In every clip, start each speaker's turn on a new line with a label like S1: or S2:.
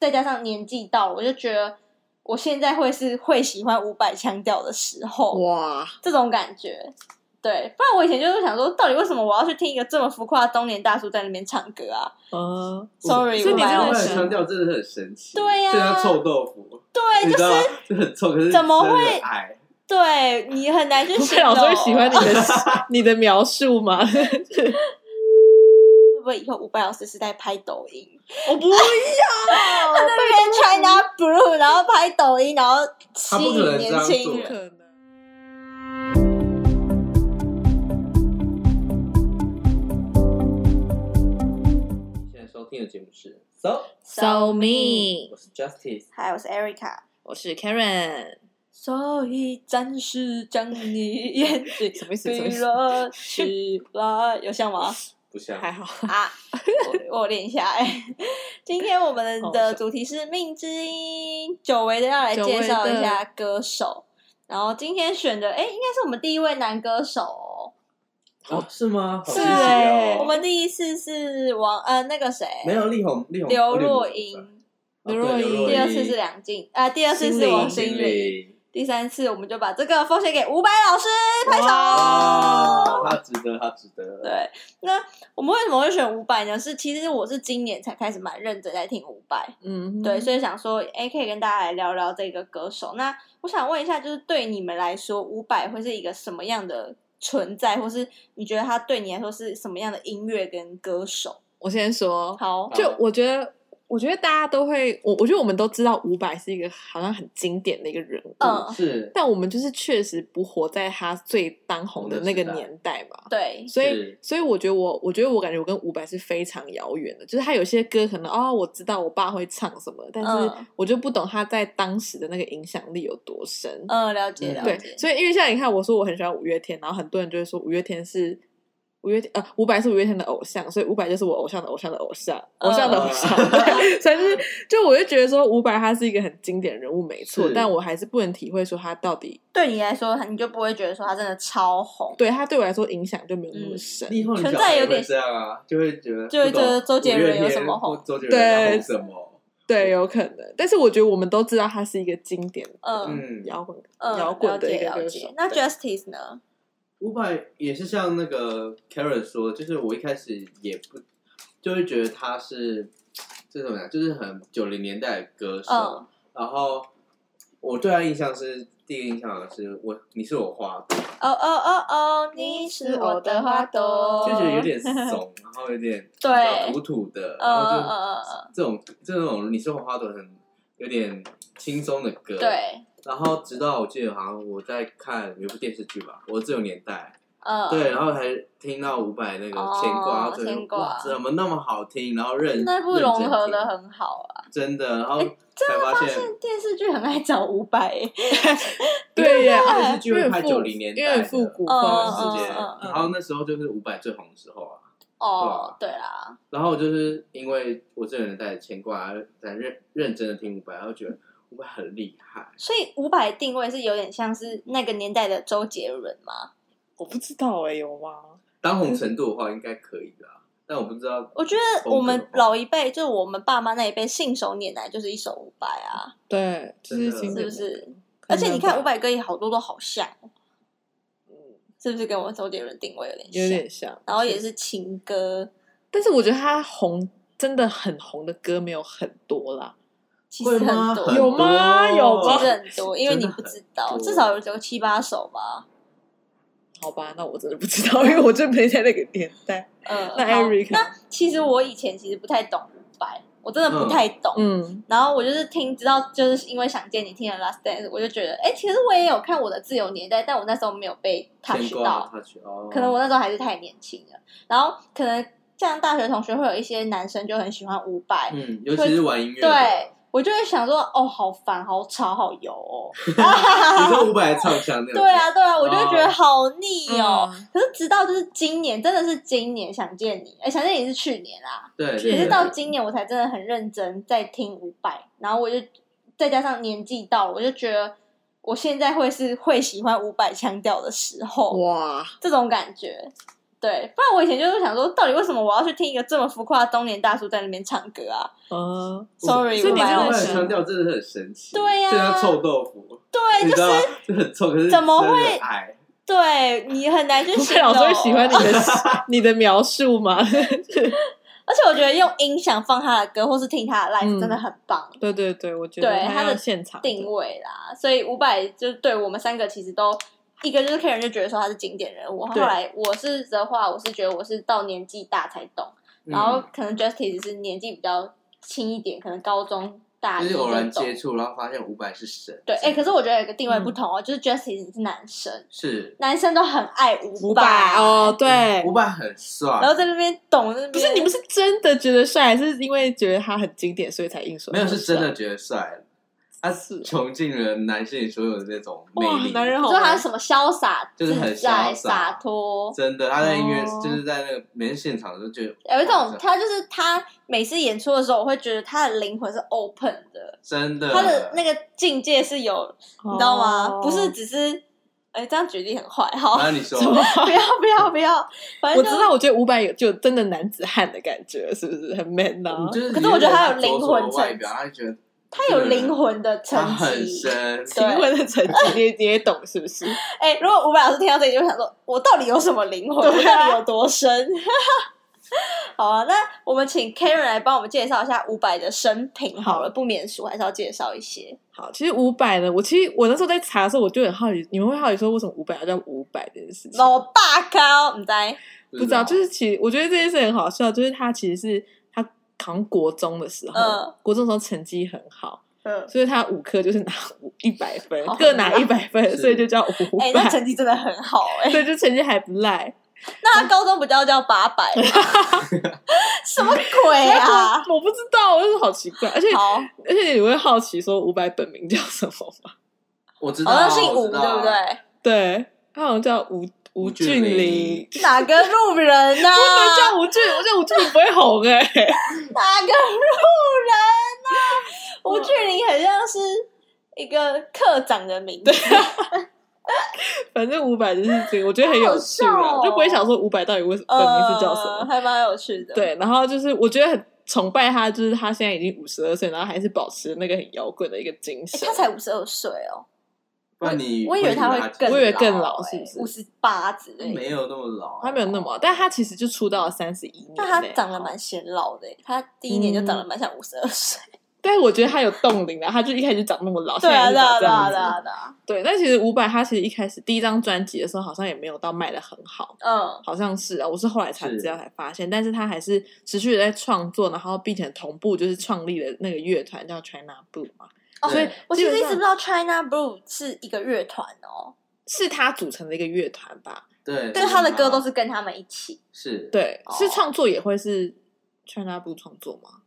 S1: 再加上年纪到了，我就觉得我现在会是会喜欢伍佰腔调的时候，
S2: 哇，
S1: 这种感觉。对，不然我以前就是想说，到底为什么我要去听一个这么浮夸的中年大叔在那边唱歌啊？
S2: 啊，
S1: Sorry，
S2: 所以你
S1: 伍佰
S2: 真
S1: 老师
S2: 的
S3: 的
S2: 很
S3: 腔
S2: 强调，
S3: 调真的很神奇，
S1: 对呀
S3: 就像臭豆腐，
S1: 对，
S3: 你
S1: 就
S3: 知道吗
S1: 是
S3: 就很臭，可是
S1: 怎么
S3: 真的
S1: 会
S3: 爱？
S1: 对你很难去
S2: 不
S1: 形
S2: 是
S1: 容。
S2: 老师会喜欢你的哦 你的描述吗？
S1: 会不会以后伍佰老师是在拍抖音？
S2: 我不要，
S1: 在那边 China Blue，然后拍抖音，然后吸引年轻
S3: 他不可能这样做
S1: 人。
S2: 可能。
S3: 现在收听的节目是 So，
S2: So me，
S3: 我是 Justice，
S1: 嗨，我是 Erica。
S2: 我是 Karen，
S1: 所以暂时将你眼睛
S2: 什么意思？什么意
S1: 闭
S2: 思？
S1: 了起来，有像 吗？
S3: 不像哦
S2: 还好，
S1: 啊，我我练一下哎、今天我们
S2: 好
S1: 的
S2: 笑
S1: 主题是命之音，久违的要来介绍一下歌手。然后今天选的哎、应该是我们第一位男歌手、哦，啊
S3: 哦，是吗？好
S2: 是
S3: 新奇
S2: 欸
S3: 哦
S1: 我们第一次是王呃那个谁，
S3: 没有力宏，力宏
S1: 刘若，
S3: 力宏
S1: 英，
S3: 不算
S2: 刘若
S3: 哦对
S2: 英
S3: 刘
S1: 第二次是梁静啊、第二次是王
S3: 心
S1: 心凌，
S3: 凌，
S1: 第三次我们就把这个奉献给伍佰老师，拍手。
S3: 哦，他值得，他值得，
S1: 对，那我们为什么会选伍佰呢？是其实我是今年才开始蛮认真在听伍佰，
S2: 嗯，
S1: 对，所以想说，哎，可以跟大家来聊聊这个歌手。那我想问一下，就是对你们来说，伍佰会是一个什么样的存在，或是你觉得他对你来说是什么样的音乐跟歌手？
S2: 我先说，
S1: 好，
S2: 就我觉得，我觉得大家都会，我我觉得我们都知道伍佰是一个好像很经典的一个人物，
S1: 嗯
S3: 是，
S2: 但我们就是确实不活在他最当红的那个年代嘛。
S1: 对，
S2: 所以
S3: 是，
S2: 所以我觉得我，我觉得我感觉我跟伍佰是非常遥远的。就是他有些歌可能哦，我知道我爸会唱什么，但是
S1: 嗯
S2: 我就不懂他在当时的那个影响力有多深。
S1: 嗯，了解
S3: 嗯
S1: 了
S2: 对
S1: 解，，
S2: 所以因为像你看，我说我很喜欢五月天，然后很多人就会说五月天是五月天呃伍佰是五月天的偶像，所以伍佰就是我偶像的偶像的偶像，偶像的偶像。
S1: 嗯
S2: 所以就是就我就觉得说伍佰他是一个很经典人物没错
S3: 是，
S2: 但我还是不能体会说他到底
S1: 对你来说，你就不会觉得说他真的超红，
S2: 对他对我来说影响就没有那么
S1: 嗯
S2: 深。
S3: 力宏
S1: 存在有点
S3: 这样啊，就会觉得
S1: 就会觉得
S3: 不懂
S1: 周杰伦
S3: 五月
S1: 有
S3: 天
S1: 什么
S3: 或
S1: 红
S3: 周杰伦在
S2: 对
S3: 红什么，
S2: 对，有可能，但是我觉得我们都知道他是一个经典
S1: 嗯
S3: 嗯，
S2: 摇滚
S1: 嗯，
S2: 摇滚的
S1: 了
S2: 一
S1: 解
S2: 个
S1: 了
S2: 歌
S1: 解
S2: 手。
S1: 那
S2: 对
S1: Justice 呢？
S3: 伍佰也是像那个 Karen 说，就是我一开始也不就会觉得他是这种呀，就是很九零年代的歌手。
S1: 嗯
S3: 然后我对他印象是第一个印象是我你是我花朵，
S1: 哦哦哦哦，你是我的花朵，
S3: 就觉得有点怂，然后有点
S1: 哦 对
S3: 比较土土的，
S1: 嗯，
S3: 然
S1: 嗯
S3: 后就、
S1: 嗯嗯
S3: 这种这种你是我花朵很有点轻松的歌。
S1: 嗯，。对，
S3: 然后直到我记得好像我在看有部电视剧吧，《我自由年代》。
S1: 嗯，
S3: 对，然后还听到伍佰那个
S1: 哦
S3: 牵挂，真
S1: 牵
S3: 的
S1: 挂
S3: 哇，怎么那么好听？然后认
S1: 那部融合的
S3: 的
S1: 很好啊。
S3: 真的，然后
S1: 哎
S3: 才发
S1: 现
S3: 现
S1: 电视剧很爱找伍佰欸，
S2: 对耶，
S3: 电视剧
S2: 因为
S3: 会
S2: 很
S3: 拍
S2: 复
S3: 九零年代
S2: 因
S3: 的，
S2: 为很复古
S1: 嗯
S3: 那
S2: 风啊
S3: 段时间
S1: 嗯嗯嗯
S3: 然后那时候就是伍佰最红的时候啊。
S1: 哦，对啦，
S3: 然后我就是因为我这个人带牵挂，才认认真的听伍佰，然后觉得伍佰很厉害。
S1: 所以伍佰定位是有点像是那个年代的周杰伦嘛。
S2: 我不知道哎，有吗？
S3: 当红程度的话，应该可以的啊，但我不知道。
S1: 我觉得我们老一辈，就是我们爸妈那一辈，信手拈来就是一首伍佰啊，
S2: 对，就是
S3: 真
S2: 经典
S1: 是
S2: 的
S1: 不
S2: 歌
S1: 是？而且你看伍佰歌也好多都好像哦，
S2: 嗯
S1: 是不是跟我周杰伦定位有点像？
S2: 有点像，
S1: 然后也是情歌，
S2: 但是我觉得他红真的很红的歌没有很多啦，
S1: 其实
S3: 会吗
S1: 很多，
S3: 很
S2: 有吗
S3: 多
S2: 有吗
S1: 其实很多，因为
S3: 真
S1: 你
S3: 的
S1: 不知道，
S3: 很多
S1: 至少有七八首吧。
S2: 好吧，那我真的不知道，因为我真没在那个年代。
S1: 嗯，
S2: 那
S1: 好
S2: Erica
S1: 那其实我以前其实不太懂伍佰，我真的不太懂。
S2: 嗯，
S1: 然后我就是听，知道就是因为想见你听了《Last Dance》，我就觉得，哎，其实我也有看我的自由年代，但我那时候没有被
S3: 牵
S1: touch
S3: 挂
S1: 到，
S3: 他去哦，
S1: 可能我那时候还是太年轻了。然后可能像大学同学会有一些男生就很喜欢伍佰，
S3: 嗯，尤其是玩音乐的，
S1: 对我就会想说，哦，好烦，好吵，好油哦。
S3: 你说伍佰唱腔那种，
S1: 对 啊，对啊，我就会觉得好腻哦。
S2: 嗯
S1: 可是直到就是今年，真的是今年想见你，哎、想见你是去年啦，
S3: 对，
S2: 可
S3: 对
S1: 可是
S3: 对
S1: 到
S3: 对
S1: 今年我才真的很认真在听伍佰，然后我就再加上年纪到了，我就觉得我现在会是会喜欢伍佰腔调的时候，
S2: 哇，
S1: 这种感觉。对，不然我以前就是想说，到底为什么我要去听一个这么浮夸的中年大叔在那边唱歌啊？
S2: 嗯，
S1: Sorry，
S2: 所以你
S1: 我
S2: 真
S1: 买
S2: 的
S1: 了
S3: 的
S2: 是
S3: 腔调真的是很神奇，
S1: 对呀
S3: 就像臭豆腐，
S1: 对，
S3: 你
S1: 就
S3: 知道吗
S1: 是？
S3: 就很臭，可是
S1: 怎么
S3: 真的
S1: 会
S3: 矮？
S1: 对你很难去
S2: 不
S1: 形
S2: 是
S1: 容。
S2: 老师会喜欢 你的你的描述吗？
S1: 而且我觉得用音响放他的歌，或是听他的 live，、
S2: 嗯
S1: 真的很棒
S2: 对对对，我觉得
S1: 对他
S2: 要
S1: 的
S2: 现场
S1: 定位啦。所以伍佰就是对我们三个其实都。一个就是 K 人就觉得说他是经典人物，后
S2: 对
S1: 来我是的话，我是觉得我是到年纪大才懂，然后
S3: 嗯
S1: 可能 Justice 是年纪比较轻一点，可能高中大
S3: 就
S1: 一
S3: 是
S1: 就
S3: 偶
S1: 懂。
S3: 然接触，然后发现伍佰是神，
S1: 对，哎、可是我觉得有个定位不同哦，就是 Justice 是男生，
S3: 是
S1: 男生都很爱
S2: 五
S1: 伍
S2: 百
S1: 佰啊
S2: 哦，，对
S1: 嗯
S3: 伍，佰很帅
S1: 然，后在那边懂那边
S2: 不是你们是真的觉得帅，还是因为觉得他很经典所以才硬说？
S3: 没有是真的觉 得帅，他
S2: 是
S3: 穷尽了男性所有的那种魅
S2: 哇，
S3: 力，
S2: 男人
S1: 你
S2: 好
S1: 说他
S2: 难，
S1: 什么潇洒、
S3: 就是很
S1: 自在、
S3: 潇洒
S1: 洒脱，
S3: 真的，他在音乐、
S2: 哦
S3: 就是在那个每次现场的时候就
S1: 有一种他就是他每次演出的时候，我会觉得他的灵魂是 open 的，
S3: 真的
S1: 他的那个境界是有，你
S2: 你
S1: 知道
S2: 哦
S1: 吗？不是只是，哎，这样举例很坏哈，
S3: 那你说
S2: 什么？
S1: 不要不要不要，反
S2: 我
S1: 正
S2: 知
S1: 就是
S2: 道，我觉得伍佰有就真的男子汉的感觉，是不是很 man 呢、
S3: 你就是
S1: 可是我觉得他有灵魂
S3: 左手的
S1: 层
S3: 外表，他就觉得
S1: 他有灵魂的
S3: 他
S1: 层
S3: 很
S1: 级。
S3: 深，
S2: 请问 的成绩，你也你也懂是不是？
S1: 哎，如果伍佰老师听到这里，就会想说，我到底有什么灵魂？我
S2: 对啊
S1: 到底有多深？ 好啊，那我们请 Karen 来帮我们介绍一下伍佰的生平好了，不免俗，还是要介绍一些。
S2: 好，其实伍佰呢，我其实我那时候在查的时候，我就很好奇，你们会好奇说为什么伍佰要叫伍佰这件事情？
S1: 老爸高，你知道？
S3: 不
S2: 不知道，就是其实我觉得这件事很好笑，就是他其实是他考上国中的时候，
S1: 嗯
S2: 国中的时候成绩很好，
S1: 嗯，
S2: 所以他五科就是拿一百分
S1: 好，
S2: 各拿一百分，
S3: 是
S2: 所以就叫伍
S1: 哦哎、
S2: 佰，
S1: 那成绩真的很好哎、
S2: 所以就成绩还不赖。
S1: 那他高中不叫叫八百吗？ 什么鬼啊？
S2: 我我不知道，我就是好奇怪，而且
S1: 好，
S2: 而且你会好奇说伍佰本名叫什么吗？
S3: 我知道，
S1: 好像姓
S3: 我
S1: 吴，
S3: 知
S1: 对
S3: 道
S1: 不？对？
S2: 对，他好像叫吴吴
S3: 吴
S2: 俊
S3: 俊
S2: 霖
S3: 霖，
S1: 哪个路人呐、
S2: 不能
S1: 啊？
S2: 叫吴俊，我觉得吴俊霖不会红哎、
S1: 哪个路人呐、啊？吴俊霖很像是一个课长的名字，
S2: 反正伍佰就是这个，我觉得很有趣
S1: 好好
S2: 啊，
S1: 笑哦
S2: 就不会想说伍佰到底为什么本
S1: 呃，
S2: 名是叫什么。
S1: 还蛮有趣的。，
S2: 对，然后就是我觉得很崇拜他，就是他现在已经五十二岁，然后还是保持那个很摇滚的一个精神。
S1: 哎他才五十二岁哦，
S3: 不然你
S1: 我以为他
S3: 他
S1: 会更
S2: 我以为更老
S1: 老、
S2: 是不是
S1: 五十八之类的。
S3: 没有那么老，啊
S2: 他没有那么，但他其实就出道了三十一年。
S1: 但他长得，蛮显老的欸，他第一年就长得蛮像五十二岁。
S2: 但我觉得他有冻龄啊，他就一开始长那么老，
S1: 对啊，
S2: 现
S1: 对
S2: 在
S1: 啊，
S2: 就
S1: 对
S2: 长
S1: 啊，对
S2: 这样子
S1: 啊，对啊，
S2: 对，但其实伍佰他其实一开始第一张专辑的时候，好像也没有到卖的很好，
S1: 嗯，
S2: 好像是啊，我是后来才
S3: 是
S2: 知道才发现，但是他还是持续的在创作，然后并且同步就是创立了那个乐团叫 China Blue 嘛，
S1: 哦
S3: 对
S1: 我其
S2: 基
S1: 实
S2: 本
S1: 一
S2: 上
S1: 直不知道 China Blue 是一个乐团哦，
S2: 是他组成的一个乐团吧？
S3: 对，
S1: 但是他的歌都是跟他们一起。
S3: 是，
S2: 对，
S1: 哦
S2: 是创作也会是 China Blue 创作吗？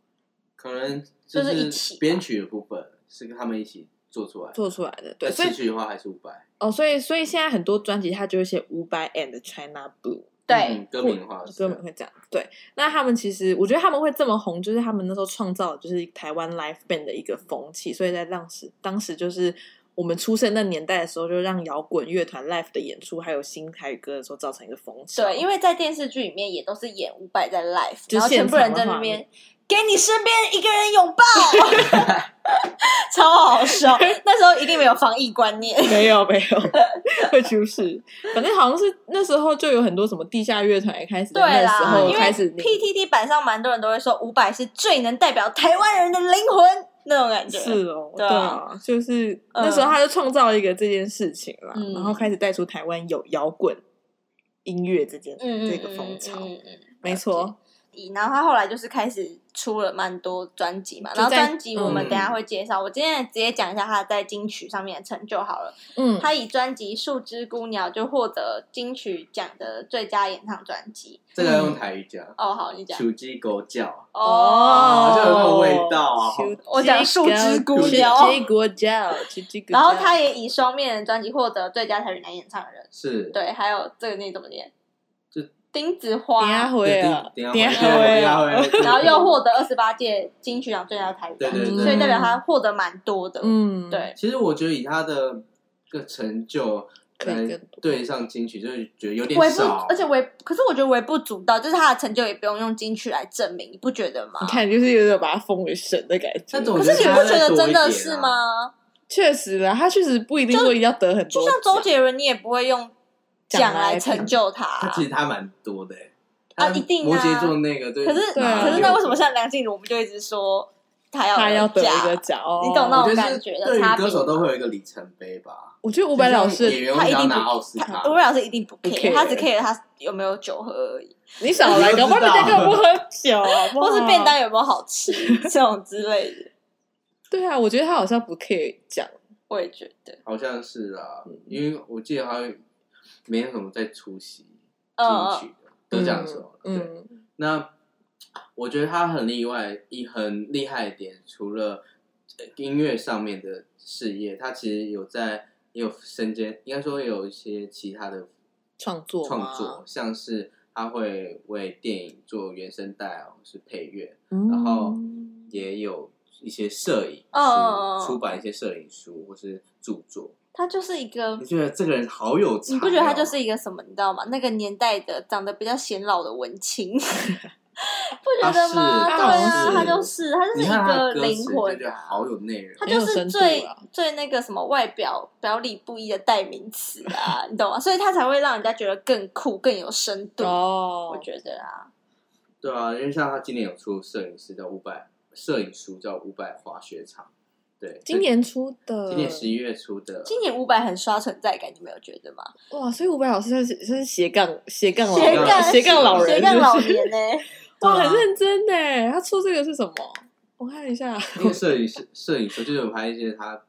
S3: 可能
S1: 就是
S3: 是
S1: 一起吧
S3: 编曲的部分是跟他们一起做出来的，
S2: 做出来的，对，
S3: 但
S2: 所以
S3: 词曲的话还呃是伍佰，
S2: 哦，所以所以现在很多专辑它就会写伍佰 and China Blue。
S1: 对
S3: 嗯，歌名的话是
S2: 歌名会这样，对。那他们其实，我觉得他们会这么红，就是他们那时候创造的就是台湾 l i f e band 的一个风气，所以在当时，当时就是我们出生那年代的时候，就让摇滚乐团 l i f e 的演出还有新台语歌的时候造成一个风潮。
S1: 对，因为在电视剧里面也都是演伍佰在 live，
S2: 就
S1: 然后全部人
S2: 现场的
S1: 在那
S2: 画
S1: 边
S2: 面
S1: 给你身边一个人拥 抱，超好笑。那时候一定没有防疫观念，
S2: 没有没有 会出事，反正好像是那时候就有很多什么地下乐团也开始在
S1: 对
S2: 那时
S1: 啦，
S2: 候
S1: 因
S2: 开
S1: 为
S2: 始
S1: PTT 版上蛮多人都会说伍佰是最能代表台湾人的灵魂那种感觉，
S2: 是哦，
S1: 对啊
S2: 啊，就是
S1: 嗯
S2: 那时候他就创造了一个这件事情啦，
S1: 嗯
S2: 然后开始带出台湾有摇滚音乐这件、
S1: 嗯，嗯
S2: 这个风潮，
S1: 嗯嗯嗯嗯
S2: 没错，
S1: 然后他后来就是开始出了蛮多专辑嘛，
S2: 就在
S1: 然后专辑我们
S3: 嗯
S1: 等一下会介绍。我今天直接讲一下他在金曲上面的成就好了。
S2: 嗯，
S1: 他以专辑《树枝姑娘》就获得金曲奖的最佳演唱专辑。
S3: 这个要用台语讲，
S1: 哦，好，你讲
S3: 雏鸡狗叫，啊
S1: 哦，
S3: 好像有那种味道啊
S1: 我讲树枝姑娘
S2: 结果叫，
S1: 然后他也以双面人专辑获得最佳台语男演唱人。
S3: 是，
S1: 对，还有这个念怎么念
S3: 这？
S1: 丁子
S2: 等
S1: 花
S2: 一，下回啊，
S3: 对，
S2: 一
S3: 等
S2: 下回啊，
S3: 下回，
S1: 然后又获得二十八届金曲奖最佳台语
S3: 对
S1: 男，
S3: 对
S2: 嗯
S3: 对，
S1: 所以代表他获得蛮多的。
S2: 嗯，
S1: 对，
S3: 其实我觉得以他的个成就，
S2: 可以更多。
S3: 对上金曲，就是觉得有点
S1: 微不
S3: 少，，
S1: 而且微，可是我觉得微不足道，就是他的成就也不用用金曲来证明，你不觉得吗
S2: 你？看，就是有点把它封为神的感觉。
S3: 那种
S1: 可是你不觉得真的
S3: 我觉得他再多一点
S1: 是
S3: 啊
S1: 吗？
S2: 确实啦，他确实不一定说一定要得很
S1: 就
S2: 多奖。
S1: 像周杰伦，你也不会用奖
S2: 奖来
S1: 来成就他啊、
S3: 他其实他蛮多的欸。
S1: 啊
S3: 他
S1: 一定啊
S3: 摩羯座那个对，
S1: 可是
S2: 对啊
S1: 可是那为什么像梁静茹，我们就一直说他要
S2: 他要得
S1: 得
S2: 一个奖，哦
S1: 你懂那
S3: 我
S1: 种
S3: 觉得
S1: 感
S3: 是
S1: 觉的
S3: 对
S1: 差
S3: 于
S1: 别
S3: 歌手都会有一个里程碑吧。
S2: 我觉得伍佰老
S3: 就像演
S2: 师，
S3: 员
S1: 他
S3: 会
S1: 一
S3: 想要
S1: 定
S3: 拿
S1: 不
S3: 奥斯卡
S1: 他，吴老师一定不
S2: 不
S1: care，他只
S2: care
S1: care 他有没有酒喝而已，
S2: 你少来，
S3: 我
S2: 搞
S3: 就
S2: 不好
S3: 知
S2: 人
S3: 道
S2: 家根本不喝酒，好不好
S1: 或是便当。有没有好吃 这种之类的，
S2: 对啊，我觉得他好像不 care 奖，
S1: 我也觉得，
S3: 好像是啊，
S1: 嗯
S3: 因为我记得好像没有什么在出席
S1: 嗯
S3: 金曲的得奖的时候了。对，
S2: 嗯，
S3: 那我觉得他很例外，一很厉害一点，除了呃音乐上面的事业，他其实有在也有身兼，应该说有一些其他的
S2: 创作吗
S3: 创作，，像是他会为电影做原声带哦，是配乐，
S2: 嗯
S3: 然后也有一些摄影书，
S1: 嗯嗯嗯
S3: 出版一些摄影书或是著作。
S1: 他就是一个
S3: 你觉得这个人好有才、哦
S1: 你不觉得他就是？一个什么，你知道吗？那个年代的长得比较显老的文青， 不觉得吗？对啊，
S2: 是他
S3: 他
S1: 他
S2: 是
S1: 就他就是
S3: 你
S1: 一
S3: 看他
S1: 个
S3: 的歌
S1: 灵
S3: 词就
S1: 魂
S3: 觉得
S1: 啊，
S3: 好有内容
S1: 他。
S2: 很有
S1: 就是
S2: 深度
S1: 最
S2: 啊
S1: 最那个什么外表表里不一的代名词啊，你懂吗？所以他才会让人家觉得更酷、更有深度。我
S2: 哦，
S1: 觉得啊，
S3: 对啊，因为像他今年有出摄影师叫伍佰，摄影书叫《伍佰滑雪场》。对，
S2: 今年出的，
S3: 今年十一月出的，
S1: 今年伍佰很刷存在感，你没有觉得吗？
S2: 哇，所以伍佰老师算是算是斜杠斜杠老
S1: 斜
S2: 人
S1: 杠
S2: 斜杠老人，
S1: 斜杠老
S2: 是不是
S1: 年欸呢、
S2: 哇，
S3: 对啊
S2: 很认真呢。他出这个是什么？我看一下，
S3: 今年摄影师摄影书就是有拍一些他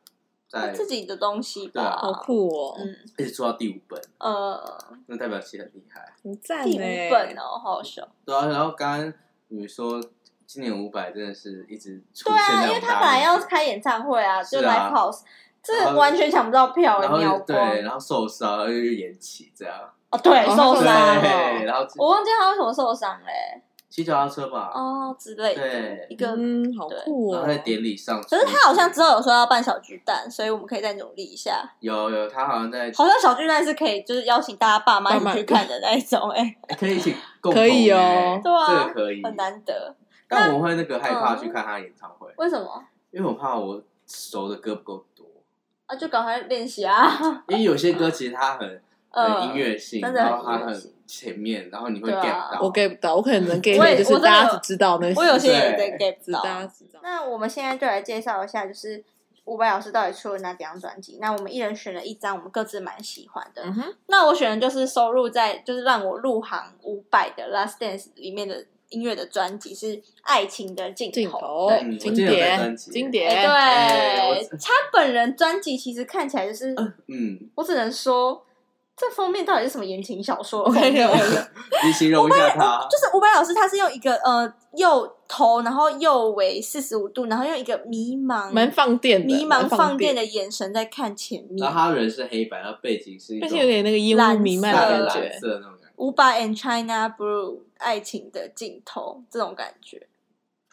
S1: 他
S3: 在，
S1: 自己的东西
S3: 对啊
S1: 吧。
S2: 好酷哦，
S1: 嗯
S3: 一直出到第五本，
S1: 呃，
S3: 那代表其实很厉害。
S2: 很赞欸
S1: 第
S2: 呢
S1: 五。本哦，好好笑。
S3: 对啊，然后刚刚你说今年伍佰真的是一直出
S1: 对
S3: 现
S1: 啊，因
S3: 在
S1: 为
S3: 我们
S1: 他
S3: 大
S1: 本来
S3: 陆
S1: 要开演唱会啊，就是 Live
S3: 啊
S1: House，
S3: 然
S1: 这
S3: 后
S1: 完全抢不到票
S3: 然
S1: 了，
S3: 后
S1: 秒
S3: 就
S1: 光
S3: 对，然后受伤，然后又延期这样，
S1: 哦，对，
S2: 哦
S1: 受伤
S2: 受伤
S1: 了，
S3: 对，然后
S1: 我忘记他为什么受伤嘞，
S3: 骑脚踏车吧，
S1: 哦之类的
S3: 对
S1: 一个。
S2: 嗯，好酷
S3: 然
S2: 哦
S3: 后！在典礼上出
S1: 可
S3: 席，
S1: 是他好像之后有说要办小巨蛋，所以我们可以再努力一下。
S3: 有有，他好像在
S1: 好像小巨蛋是可以，就是邀请大家爸妈一
S2: 爸
S1: 起
S2: 妈
S1: 去看的那一种、 哎，
S3: 可以 一起共
S2: 可以
S3: 同
S2: 哦
S3: 欸
S1: 对啊
S3: 这个可以，
S1: 很难嗯得。
S3: 但我会那个害怕去看他演唱会，
S1: 为什么？
S3: 因为我怕我熟的歌不够多，
S1: 啊，就赶快练习啊！
S3: 因为有些歌其实它很很
S1: 嗯
S3: 音乐性，
S1: 真的
S3: 然后
S1: 很音
S3: 它
S1: 乐
S3: 很
S1: 性
S3: 前面，然后你会
S1: 对啊
S3: get 到，
S2: 我 get 不到，我可能能 get
S1: 我也
S2: 的就
S1: 我真
S2: 是
S1: 的
S2: 大家
S1: 有
S2: 只知道那些，
S1: 我有些也在
S3: 对
S1: get 不
S2: 只
S1: 到。
S2: 大家知道。
S1: 那我们现在就来介绍一下，就是伍佰老师到底出了哪几张专辑。那我们一人选了一张，我们各自蛮喜欢的。
S2: 嗯哼，
S1: 那我选的就是收录在就是让我入行伍佰的《Last Dance》里面的音乐的专辑是《爱情的尽头》
S2: 镜头
S1: 对
S3: 嗯我
S2: 经
S3: 记得有在专
S2: 典
S3: 辑
S2: 经
S1: 哎
S2: 典，
S3: 哎
S1: 对，他本人专辑其实看起来就是，
S3: 嗯，
S1: 我只能说，这封面到底是什么言情小说？
S2: 我看一下
S1: 封面
S3: 你形容一下他，
S1: 就是伍佰老师，他是用一个呃右头，然后右尾四十五度，然后用一个迷茫、
S2: 蛮放电的，
S1: 迷茫
S2: 蛮
S1: 放
S2: 放
S1: 电的眼神在看前面
S3: 然。后他人是黑白，然后背景是一
S2: 但
S3: 种
S2: 是有点那个烟雾弥漫
S1: 蓝
S2: 的
S3: 淡
S2: 感
S3: 蓝
S2: 觉。
S3: 色那种感觉。
S1: 伍佰 and China Blue 爱情的尽头这种感觉，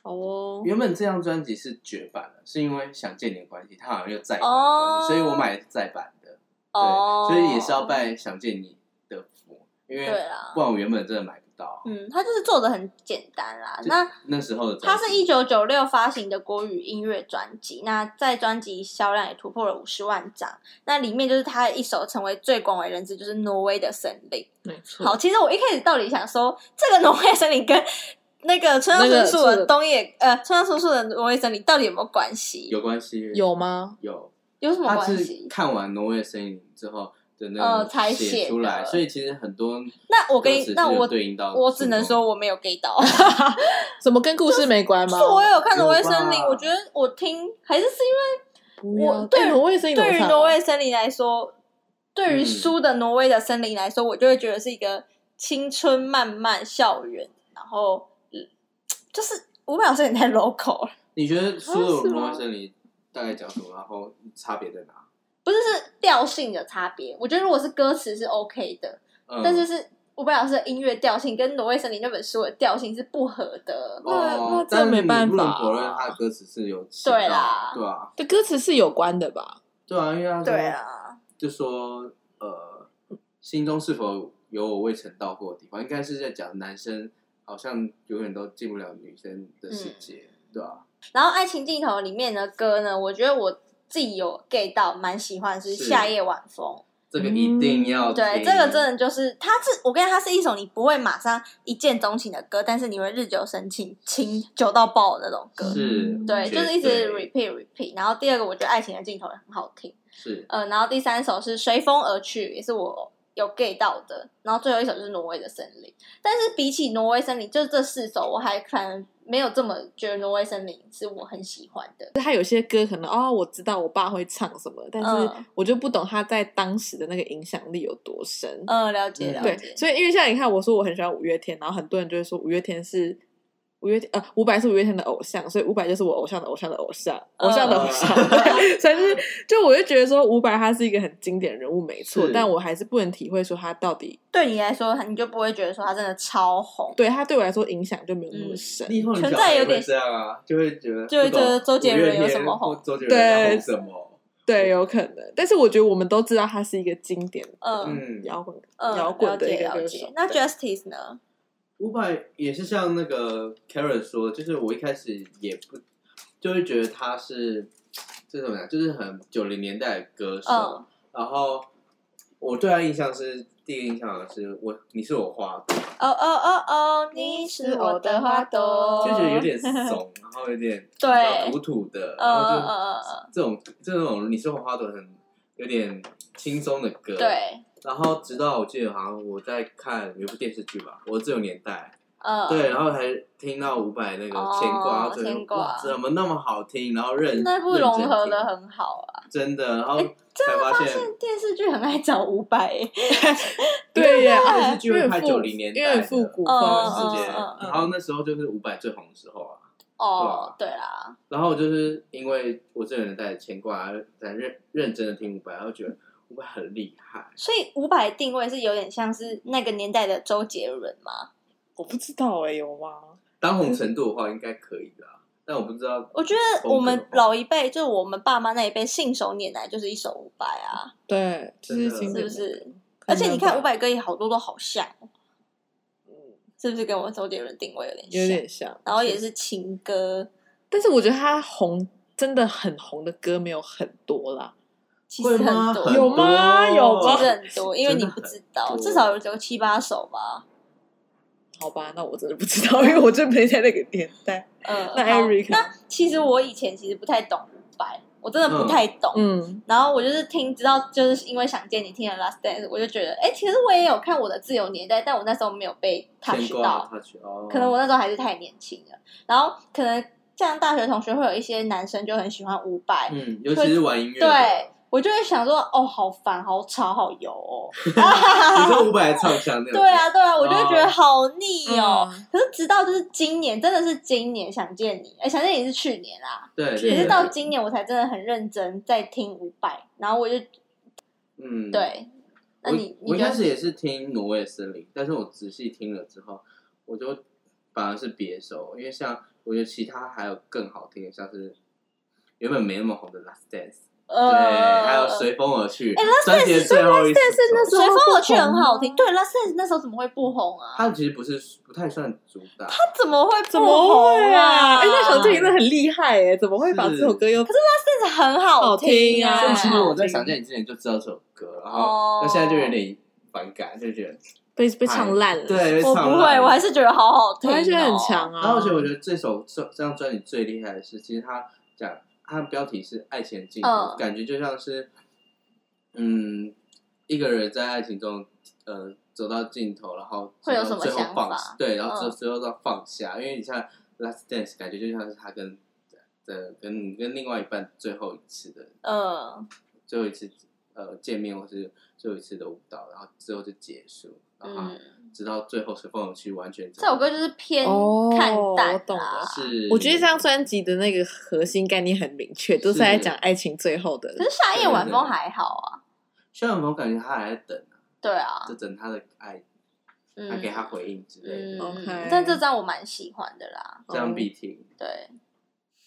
S2: 好哦，
S3: 原本这张专辑是绝版的，是因为想见你的关系，它好像又再版的
S1: 哦
S3: 关系，所以我买的是再版的，对，
S1: 哦，
S3: 所以也是要拜想见你的福，因为
S1: 对啦
S3: 不然我原本真的买不到。
S1: 嗯，他就是做的很简单啦。
S3: 就
S1: 那
S3: 那时候的专
S1: 它
S3: 辑
S1: 是一九九六发行的国语音乐专辑，那在专辑销量也突破了五十万张。那里面就是他一首成为最广为人知，就是《挪威的森林》。
S2: 没错。
S1: 好，其实我一开始到底想说，这个挪威森林跟那个村上春树
S2: 那个是
S1: 的
S2: 的
S1: 东野，呃，村上春树的挪威森林到底有没有关系？
S3: 有关系，
S2: 有吗？
S3: 有，
S1: 有什么
S3: 他
S1: 关
S3: 是
S1: 系？
S3: 看完《挪威的森林》之后的
S1: 呃
S3: 那
S1: 才
S3: 个
S1: 写
S3: 写出
S1: 的
S3: 来，所以其实很多
S1: 那我
S3: 歌
S1: 跟
S3: 词
S1: 你
S3: 是，
S1: 那
S3: 有
S1: 我
S3: 对应到，
S1: 我只能说我没有 get 到。
S2: 怎么跟故事没关吗？
S1: 是我有看《挪威森林》，
S3: 有吧
S1: 我觉得我听还是是
S2: 不要
S1: 我对
S2: 哎挪威森林怎么
S1: 对于
S2: 唱啊
S1: 挪威森林来说，对于
S3: 嗯
S1: 书的挪威的森林来说，我就会觉得是一个青春漫漫校园，然后嗯就是伍佰老师有点太 local 了，
S3: 你觉得所有
S2: 啊是
S3: 挪威
S2: 吗
S3: 森林大概讲什么？然后差别在哪？
S1: 不是是调性的差别。我觉得如果是歌词是 OK 的，
S3: 嗯
S1: 但是是伍佰老师的音乐调性跟挪威森林那本书的调性是不合的。
S2: 那那
S3: 哦，
S2: 这
S3: 但是
S2: 没
S3: 你
S2: 办
S3: 不能
S2: 法
S3: 否认
S2: 啊
S3: 他的歌词是有写
S1: 对
S3: 到
S1: 啦
S3: 对啊，
S2: 对歌词是有关的吧？
S3: 对啊，因为他
S1: 对
S3: 说
S1: 啊，
S3: 就说呃，心中是否有我未曾到过的地方，应该是在讲男生好像永远都进不了女生的世界，
S1: 嗯
S3: 对啊吧、
S1: 然后《爱情镜头》里面的歌呢，我觉得我自己有 get 到，蛮喜欢是《
S3: 是
S1: 夏夜晚风》。
S3: 这个一定
S1: 嗯
S3: 要听、
S1: 对，这个真的就是它是，我跟你讲，它是一首你不会马上一见钟情的歌，但是你会日久生情，情久到爆的那种歌。
S3: 是
S1: 对，
S3: 绝
S1: 就是一直
S3: 对
S1: repeat repeat。然后第二个，我觉得《爱情的尽头》也很好听。
S3: 是
S1: 呃，然后第三首是《随风而去》，也是我有 get 到的。然后最后一首就是《挪威的森林》，但是比起《挪威森林》，就是这四首，我还可能没有这么觉得《挪威森林》是我很喜欢的。
S2: 他有些歌可能哦，我知道我爸会唱什么，但是
S1: 嗯
S2: 我就不懂他在当时的那个影响力有多深。
S1: 嗯，了解
S3: 嗯
S1: 了
S2: 对
S1: 解，。
S2: 所以因为像你看，我说我很喜欢五月天，然后很多人就会说五月天是五月呃伍佰是五月天的偶像，所以伍佰就是我偶像的偶像的偶像，
S1: 嗯
S2: 偶像的偶像。 所以就是就我就觉得说伍佰他是一个很经典人物没错，
S3: 是
S2: 但我还是不能体会说他到底
S1: 对你来说，你就不会觉得说它真的超红。
S2: 对他对我来说影响就没有那么
S1: 嗯
S2: 深。
S3: 以后你
S1: 存
S3: 小
S1: 在
S3: 孩
S1: 有
S3: 会
S1: 点
S3: 这样啊，就会觉得
S1: 就会
S3: 不懂
S1: 觉得周杰
S3: 五月
S1: 伦有什
S3: 天
S1: 么红
S3: 或周杰伦在
S2: 对
S3: 红什么？
S2: 对，有可能，但是我觉得我们都知道他是一个经典的
S1: 嗯
S3: 嗯，
S2: 摇滚
S1: 嗯，
S2: 摇滚的一个
S1: 了解
S2: 歌
S1: 了
S2: 手
S1: 解。。那
S2: 对
S1: Justice 呢？
S3: 伍佰也是像那个 Karen 说，就是我一开始也不就会觉得他是这种呀，就是很九零年代的歌手。
S1: 嗯
S3: 然后我对他印象是第一个印象是我你是我花朵，
S1: 哦哦哦哦，你是我的花朵。
S3: 就觉得有点怂，然后有点
S1: 哦 对
S3: 比较土土的，
S1: 嗯，
S3: 然后
S1: 嗯
S3: 就
S1: 嗯嗯嗯，
S3: 这种这种你是我花朵很有点轻松的歌。。
S1: 对，
S3: 然后直到我记得好像我在看有一部电视剧吧，《我自由年代》。
S1: 嗯，
S3: 对，然后还听到伍佰那个
S1: 哦
S3: 牵挂，就
S1: 牵挂
S3: 哇怎么那么好听？然后认
S1: 那部融合的
S3: 的
S1: 很好啊。
S3: 真的，然后
S1: 哎
S3: 才发现
S1: 现电视剧很爱找伍佰，欸
S2: 对耶，
S1: 对
S3: 电视剧会
S2: 因为
S3: 拍
S2: 很复
S3: 九零年代
S2: 因
S3: 的，
S2: 为很复古
S1: 嗯
S2: 风啊
S1: 嗯
S3: 世界。
S1: 嗯
S3: 然后那时候就是伍佰最红的时候啊。
S1: 哦，对啦，
S3: 然后就是因为我这个人在牵挂，在认认真的听伍佰，然后觉得伍佰很厉害。
S1: 所以伍佰定位是有点像是那个年代的周杰伦嘛。
S2: 我不知道哎，有吗？
S3: 当红程度的话，应该可以的啊，但我不知道。
S1: 我觉得我们老一辈，就是我们爸妈那一辈，信手拈来就是一首伍佰啊，
S2: 对，就是
S3: 真的
S2: 经典
S1: 是
S2: 的
S1: 不是？
S2: 可
S1: 而
S2: 能
S1: 且你看伍
S2: 吧
S1: 佰歌也好多都好像哦，是不是跟我周杰伦定位有点像？
S2: 有点像，
S1: 然后也是情歌，
S2: 但是我觉得他红真的很红的歌没有很多啦，
S1: 其实很多，
S3: 会
S2: 有吗有吗
S1: 其实很多，因为你
S3: 真的
S1: 不知道，
S3: 很多
S1: 至少有有七八首吧。
S2: 好吧，那我真的不知道，因为 我真没在那个年代。
S1: 呃，
S2: 那
S1: 好
S2: Erica
S1: 那其实我以前其实不太懂伍佰，我真的不太懂。
S2: 嗯，
S1: 然后我就是听，直到就是因为想见你听了《Last Dance》，我就觉得，哎、其实我也有看我的自由年代，但我那时候没有被 touch
S3: 牵挂
S1: 到，
S3: touch 哦，
S1: 可能我那时候还是太年轻了。然后可能像大学同学会有一些男生就很喜欢伍佰，
S3: 嗯，尤其是玩音乐的，
S1: 对我就会想说，哦，好烦，好吵，好油哦。
S3: 你说伍佰唱腔那种，
S1: 对啊，对啊，我就会觉得
S3: 哦
S1: 好腻哦。
S2: 嗯
S1: 可是直到就是今年，真的是今年想见你，哎，想见你是去年啦，
S3: 对，对，
S1: 也
S3: 对
S1: 是到
S3: 对
S1: 今年我才真的很认真在听伍佰，然后我就
S3: 嗯，。
S1: 对，那
S3: 我
S1: 你你
S3: 我一
S1: 觉
S3: 开始
S1: 得？
S3: 也是听挪威的森林，但是我仔细听了之后，我就反而是别首，因为像我觉得其他还有更好听的，像是原本没那么红的 Last Dance，、对，
S1: 呃
S3: 还有随风而去，专辑的最后一首。
S2: 那时
S1: 随
S2: 候
S1: 风
S2: 不
S1: 我去很
S2: 红
S1: 好
S2: 啊
S1: 听，对，Last Dance 那时候怎么会不红啊？
S3: 它其实不是不太算主打，
S1: 他怎么会不
S2: 怎么
S1: 红
S2: 会
S1: 啊？
S2: 哎，那小
S1: 这
S2: 郑真的很厉害哎，怎么会把这首歌又？可是
S1: Last Dance 很好
S2: 好听啊
S1: 啊，
S3: 所以其实
S2: 好
S3: 我在想见你之前就知道这首歌，然后
S1: 哦
S3: 那现在就有点反感，就觉得
S2: 被被唱烂了，
S3: 对，
S1: 我
S3: 唱
S1: 不
S3: 烂
S1: 会，我还是觉得好好听
S2: 啊
S1: 哦，
S2: 我还觉得很强啊。
S3: 然后而且我觉得这首这这张专辑最厉害的是，其实它讲它的标题是《爱情的尽头》
S1: 嗯
S3: 感觉就像是，嗯，一个人在爱情中，呃，走到尽头，然后
S1: 会有
S3: 走
S1: 什
S3: 到
S1: 么
S3: 最后
S1: 想
S3: 放
S1: 法
S3: 对，然后最
S1: 嗯
S3: 最后到放下，因为你像《Last Dance》，感觉就像是他跟的跟跟另外一半最后一次的
S1: 嗯，
S3: 最后一次呃见面，或是最后一次的舞蹈，然后之后就结束，然后
S1: 嗯
S3: 直到最后随风而去，完全
S1: 这首歌就是偏
S2: 哦
S1: 看淡啊
S2: 我懂
S1: 啦
S2: 了。
S3: 是，
S2: 我觉得这张专辑的那个核心概念很明确，都是在讲爱情最后的
S1: 可。是夏夜晚风
S3: 对对对
S1: 还好啊，
S3: 虽然我感觉他还在等啊，
S1: 对啊，
S3: 就等他的爱，
S1: 嗯，
S3: 他给他回应之类的，
S1: 嗯
S2: OK
S1: 但这张我蛮喜欢的啦，
S3: 这样必听。
S1: 对。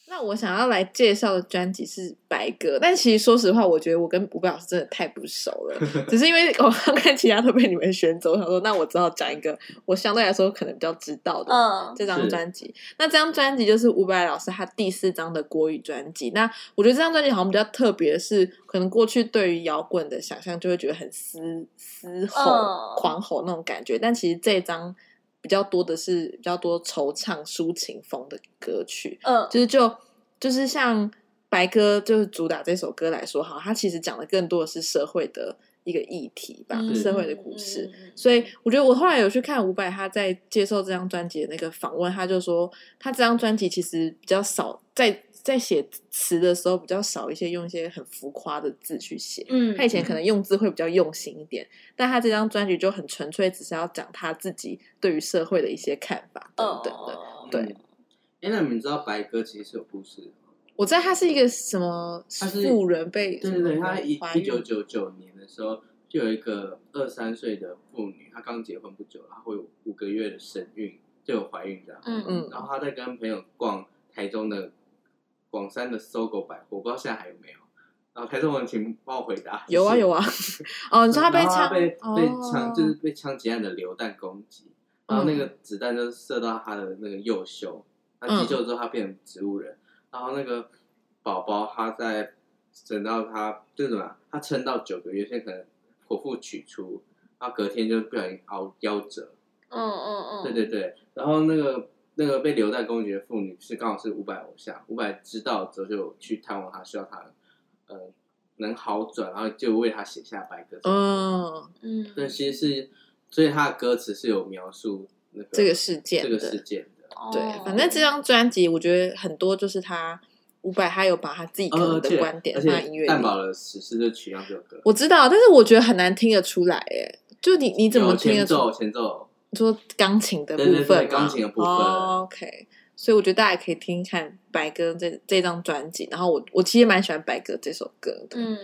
S2: 那我想要来介绍的专辑是《白鸽》，但其实说实话，我觉得我跟伍佰老师真的太不熟了，只是因为我刚看其他都被你们选走，我想说那我只好讲一个我相对来说可能比较知道的。
S1: 嗯，
S2: 这张
S3: 是
S2: 专辑。那这张专辑就是伍佰老师他第四张的国语专辑。那我觉得这张专辑好像比较特别的是，可能过去对于摇滚的想象就会觉得很嘶嘶吼、
S1: 嗯
S2: 狂吼那种感觉，但其实这张比较多的是比较多惆怅、抒情风的歌曲。
S1: 嗯，
S2: 就是就就是像白鸽就是主打这首歌来说，好，它其实讲的更多的是社会的一个议题吧，
S1: 嗯
S2: 社会的故事。，
S1: 嗯嗯嗯嗯
S2: 所以我觉得我后来有去看伍佰他在接受这张专辑的那个访问，他就说他这张专辑其实比较少在在写词的时候比较少一些用一些很浮夸的字去写。
S1: 嗯，
S2: 他以前可能用字会比较用心一点，但他这张专辑就很纯粹，只是要讲他自己对于社会的一些看法等等的。
S1: 哦
S2: 对
S3: 嗯。哎、那你们知道白鸽其实是有故事的吗？
S2: 我知道他是一个什么
S3: 他是
S2: 富人被
S3: 对对对，他一
S2: 怀
S3: 一
S2: 孕
S3: 九九九年的时候，就有一个二三岁的妇女，她刚结婚不久，她会有五个月的身孕，就有怀孕这样。
S1: 嗯
S2: 嗯
S3: 然后她在跟朋友逛台中的广山的搜狗百货，我不知道现在还有没有。然后台中人，请帮我回答。
S2: 有啊有
S3: 啊，
S2: 啊， 哦，你说他被
S3: 然后
S2: 枪
S3: 被被
S2: 哦
S3: 枪就是被枪击案的流弹攻击，
S2: 嗯
S3: 然后那个子弹就射到她的那个右袖，
S2: 嗯
S3: 她急救之后她变成植物人，然后那个宝宝他在等到他就是什么啊，他撑到九个月，现在可能剖腹取出，然后隔天就不小心凹夭折，
S1: 嗯嗯嗯，
S3: 对对对，然后那个那个被留在公爵的妇女是刚好是伍佰偶像，伍佰知道之后就去探望她，希望她呃能好转，然后就为她写下白鸽。，
S2: 嗯
S1: 嗯，
S3: 那其实是所以他的歌词是有描述那个
S2: 这个事件
S3: 这个
S2: 的
S3: 事件的，
S1: 哦
S2: 对，反正这张专辑我觉得很多就是他伍佰他有把他自己可
S3: 呃
S2: 能
S3: 而
S2: 的
S3: 且
S2: 观点
S3: 而
S2: 放在音
S3: 且
S2: 乐
S3: 蛋堡
S2: 里。
S3: 的史诗就取样这首歌，
S2: 我知道，但是我觉得很难听得出来，哎，就你你怎么
S3: 有
S2: 听得
S3: 前
S2: 出
S3: 奏？前奏
S2: 你说钢琴的部
S3: 对对对
S2: 分吗，啊
S3: 钢琴的部分
S2: 哦 OK，所以我觉得大家可以听一看白鸽这这张专辑。然后我我其实蛮喜欢白鸽这首歌的。
S1: 嗯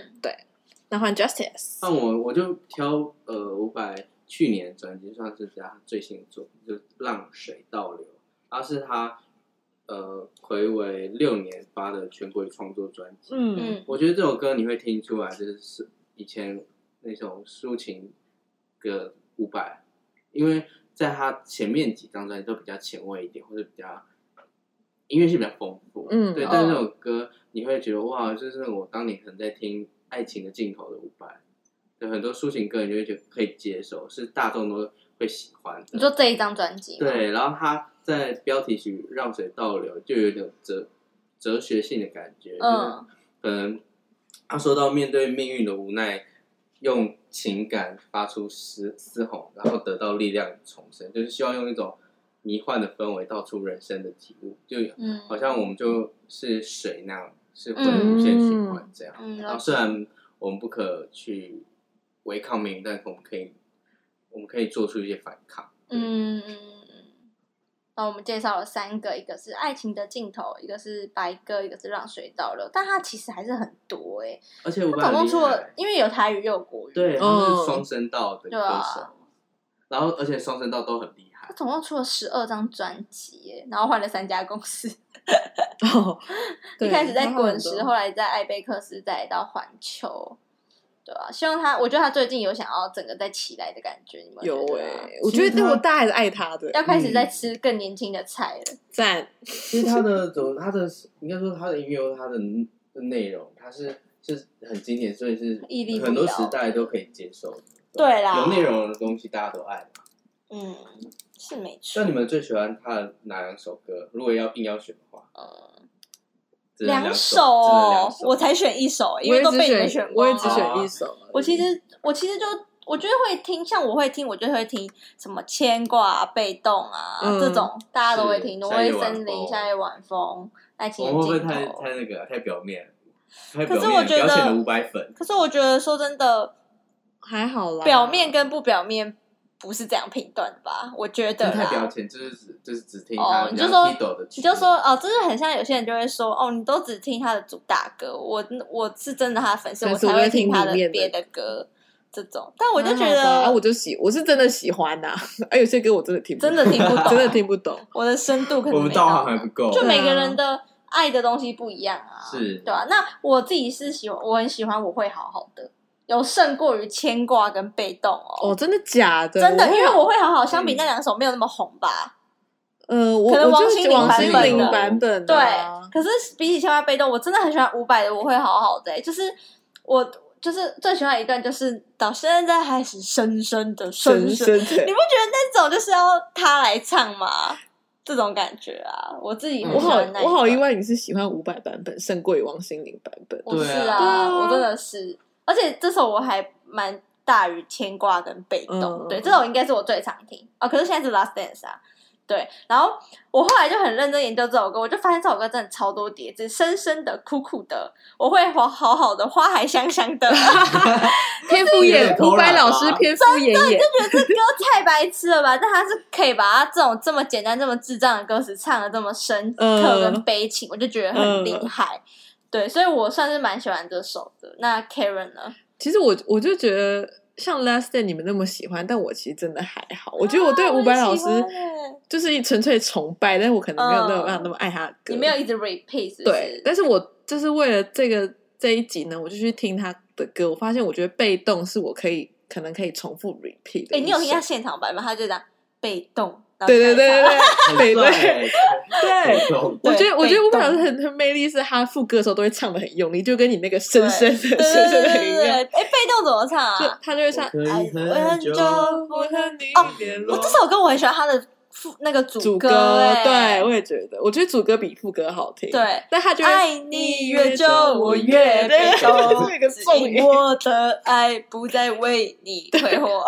S2: 那换 Justice，
S3: 那我我就挑呃伍佰去年的专辑算是他最新的作品，就是《浪水倒流》，它是他呃暌违六年发的全国语创作专辑。
S2: 嗯
S1: 嗯
S3: 我觉得这首歌你会听出来，就是以前那种抒情的伍佰，因为在他前面几张专辑都比较前卫一点，或者比较音乐性比较丰富，
S2: 嗯
S3: 对。
S1: 哦
S3: 但是这首歌你会觉得哇，就是我当年可能在听《爱情的尽头》的伍佰，对很多抒情歌你就会觉得可以接受，是大众都会喜欢
S1: 你
S3: 的。
S1: 说这一张专辑吗，
S3: 对，然后他在标题曲《让水倒流》就有点哲哲学性的感觉，就是
S1: 嗯
S3: 可能他说到面对命运的无奈，用情感发出嘶嘶吼，然后得到力量重生，就是希望用一种迷幻的氛围道出人生的体悟，就
S1: 嗯，
S3: 好像我们就是水那样，是会无限循环这样。
S1: 嗯
S3: 然后虽然我们不可去违抗命运，但是我们可以，我们可以做出一些反抗。
S1: 嗯，嗯嗯嗯，那我们介绍了三个，一个是爱情的尽头，一个是白鸽，一个是让水倒流，但它其实还是很多哎、欸，
S3: 而且我
S1: 它总共出了，因为有台语又有国语，
S3: 对，他
S2: 哦
S3: 是双声道的歌
S1: 对
S3: 手，
S1: 啊，
S3: 然后而且双声道都很厉害
S1: 它。总共出了十二张专辑耶，然后换了三家公司，
S2: 哦，
S1: 一开始在滚
S2: 时
S1: 石，
S2: 候。
S1: 后来在艾贝克斯，再到环球。对啊，希望他，我觉得他最近有想要整个再起来的感觉，你们
S2: 有
S1: 哎、
S2: 哎、我觉
S3: 其实
S2: 得
S3: 他
S2: 我大家还是爱他的，
S1: 要开始在吃更年轻的菜了。
S2: 赞。
S3: 其实他的走，他的应该说他的音乐或他的内容，他是是很经典，所以是
S1: 屹立不摇
S3: 很多时代都可以接受的。
S1: 对啦
S3: 有内容的东西大家都爱。
S1: 嗯，是没错
S3: 那。你们最喜欢他的哪两首歌？如果要硬要选的话，
S1: 嗯
S3: 只能
S1: 两
S3: 首，只能两
S1: 哦，
S3: 首
S1: 我才选一首，因
S2: 我也
S1: 为都
S2: 只
S1: 被你们
S2: 选，我
S1: 光
S2: 也
S1: 了。
S2: 只选一首而已。
S1: 我其实我其实就我觉得会听，像我会听，我就会听什么牵挂、啊、被动啊、
S2: 嗯
S1: 这种，大家都会听。
S3: 是
S1: 挪威
S3: 夏夜晚
S1: 森林、
S3: 风
S1: 夏夜晚风、爱情
S3: 我
S1: 的
S3: 们会不会
S1: 尽
S3: 太
S1: 头。
S3: 太那个啊太表面？太
S1: 可
S3: 表
S1: 是我
S3: 面，
S1: 觉得
S3: 表浅的五百粉。
S1: 可是我觉得说真的，
S2: 还好啦，
S1: 表面跟不表面不是这样评断的吧？我觉
S3: 就
S1: 得
S3: 是太表
S1: 啦。
S3: 浅，就是只就是只听
S1: 哦
S3: 他
S1: 你就说
S3: 比较 Beatle 的曲
S1: 你就说哦，就是很像有些人就会说哦，你都只听他的主打歌，我我是真的他的粉丝，
S2: 但
S1: 我
S2: 是
S1: 才
S2: 我会
S1: 会
S2: 听
S1: 他
S2: 里
S1: 的
S2: 面的
S1: 别的歌这种。但我就觉
S2: 还好吧
S1: 得
S2: 啊，我就喜，我是真的喜欢呐。哎，有 些歌我真的听不懂，
S1: 真的听不懂
S2: 真的听不懂。
S1: 我的深度可能
S3: 我
S1: 没
S3: 们道行还不够，
S1: 就
S2: 对
S1: 每
S2: 啊
S1: 个人的爱的东西不一样啊，
S3: 是
S1: 对啊。那我自己是喜欢，我很喜欢，我会好好的，有胜过于牵挂跟被动哦。
S2: 哦，啊真的假的？
S1: 真的，
S2: 我
S1: 因
S2: 会
S1: 为我会好好相比
S3: 嗯
S1: 那两首没有那么红吧，
S2: 呃，我
S1: 可能
S2: 我
S1: 王
S2: 就是
S1: 心
S2: 觉
S1: 凌
S2: 得王
S1: 版
S2: 心
S1: 本
S2: 凌
S1: 的
S2: 版本的
S1: 对
S2: 啊，。
S1: 可是比起千万被动，我真的很喜欢伍佰的，我会好好的、欸就是我就是最喜欢一段，就是到现在还是深深的深
S2: 深
S1: 深
S2: 深的
S1: 你，不觉得那种就是要他来唱吗？这种感觉啊，我自己
S3: 嗯
S1: 很
S2: 我
S1: 喜
S2: 好
S1: 欢那一
S2: 我好
S1: 段
S2: 意，外，你是喜欢伍佰版本胜过于王心凌版本。
S1: 我是
S3: 对啊
S1: 啊，
S2: 对啊
S1: 我真的是，而且这首我还蛮大于牵挂跟被动，
S2: 嗯
S1: 对，这首应该是我最常听啊、可是现在是 Last Dance 啊。对，然后我后来就很认真研究这首歌，我就发现这首歌真的超多叠字，深深的、苦苦的，我会好好好的，花还香香 的，
S2: 天赋
S3: 有
S2: 眼
S3: 点，偷
S2: 伍佰
S3: 懒
S2: 老
S3: 啊
S2: 师偏敷衍眼，
S1: 觉得这歌太白痴了吧？但他是可以把他这种这么简单、这么智障的歌词唱的这么深
S2: 嗯
S1: 刻跟悲情，我就觉得很厉害。对，所以我算是蛮喜欢这首的。那 Karen 呢？
S2: 其实我我就觉得像 Last Day 你们那么喜欢，但我其实真的还好。我觉得我对
S1: 啊
S2: 伍佰老
S1: 我
S2: 师
S1: 喜欢欸
S2: 就是纯粹崇拜，但是我可能没有那么
S1: 嗯
S2: 办法那么爱他的歌。
S1: 你没有一直 repeat，是不是
S2: 对，，但是我就是为了这个这一集呢，我就去听他的歌，我发现我觉得被动是我可以可能可以重复 repeat 的。
S1: 哎、你有听他？现场版吗？他就讲被动，然后
S2: 对对对
S1: 再唱
S2: 对对，北对
S3: 欸
S2: 对。
S3: 对，
S2: 我觉
S1: 对
S2: 得，我觉
S1: 被
S2: 得伍佰老师
S1: 动
S2: 很很魅力，是他副歌的时候都会唱的很用力，就跟你那个深深的、
S1: 对
S2: 深
S1: 对
S2: 深
S1: 对
S2: 的
S1: 对
S2: 一
S1: 对，
S2: 样，
S1: 哎、被动怎么唱
S2: 就
S1: 啊？
S2: 他就会唱
S3: 可以
S1: 很
S3: 很
S1: 久
S3: 久
S1: 不
S2: 我
S1: 和
S2: 和你
S1: 哦
S2: 联
S1: 我这首歌我很喜欢他的副那个主
S2: 主
S1: 歌、
S2: 歌，
S1: 哎，
S2: 对我也觉得，我觉得主歌比副歌好听。
S1: 对，
S2: 但他就会
S1: 爱你越久，我越被动。
S2: 这个
S1: 只
S2: 重
S1: 因
S2: 点。
S1: 我的爱不再为你退火。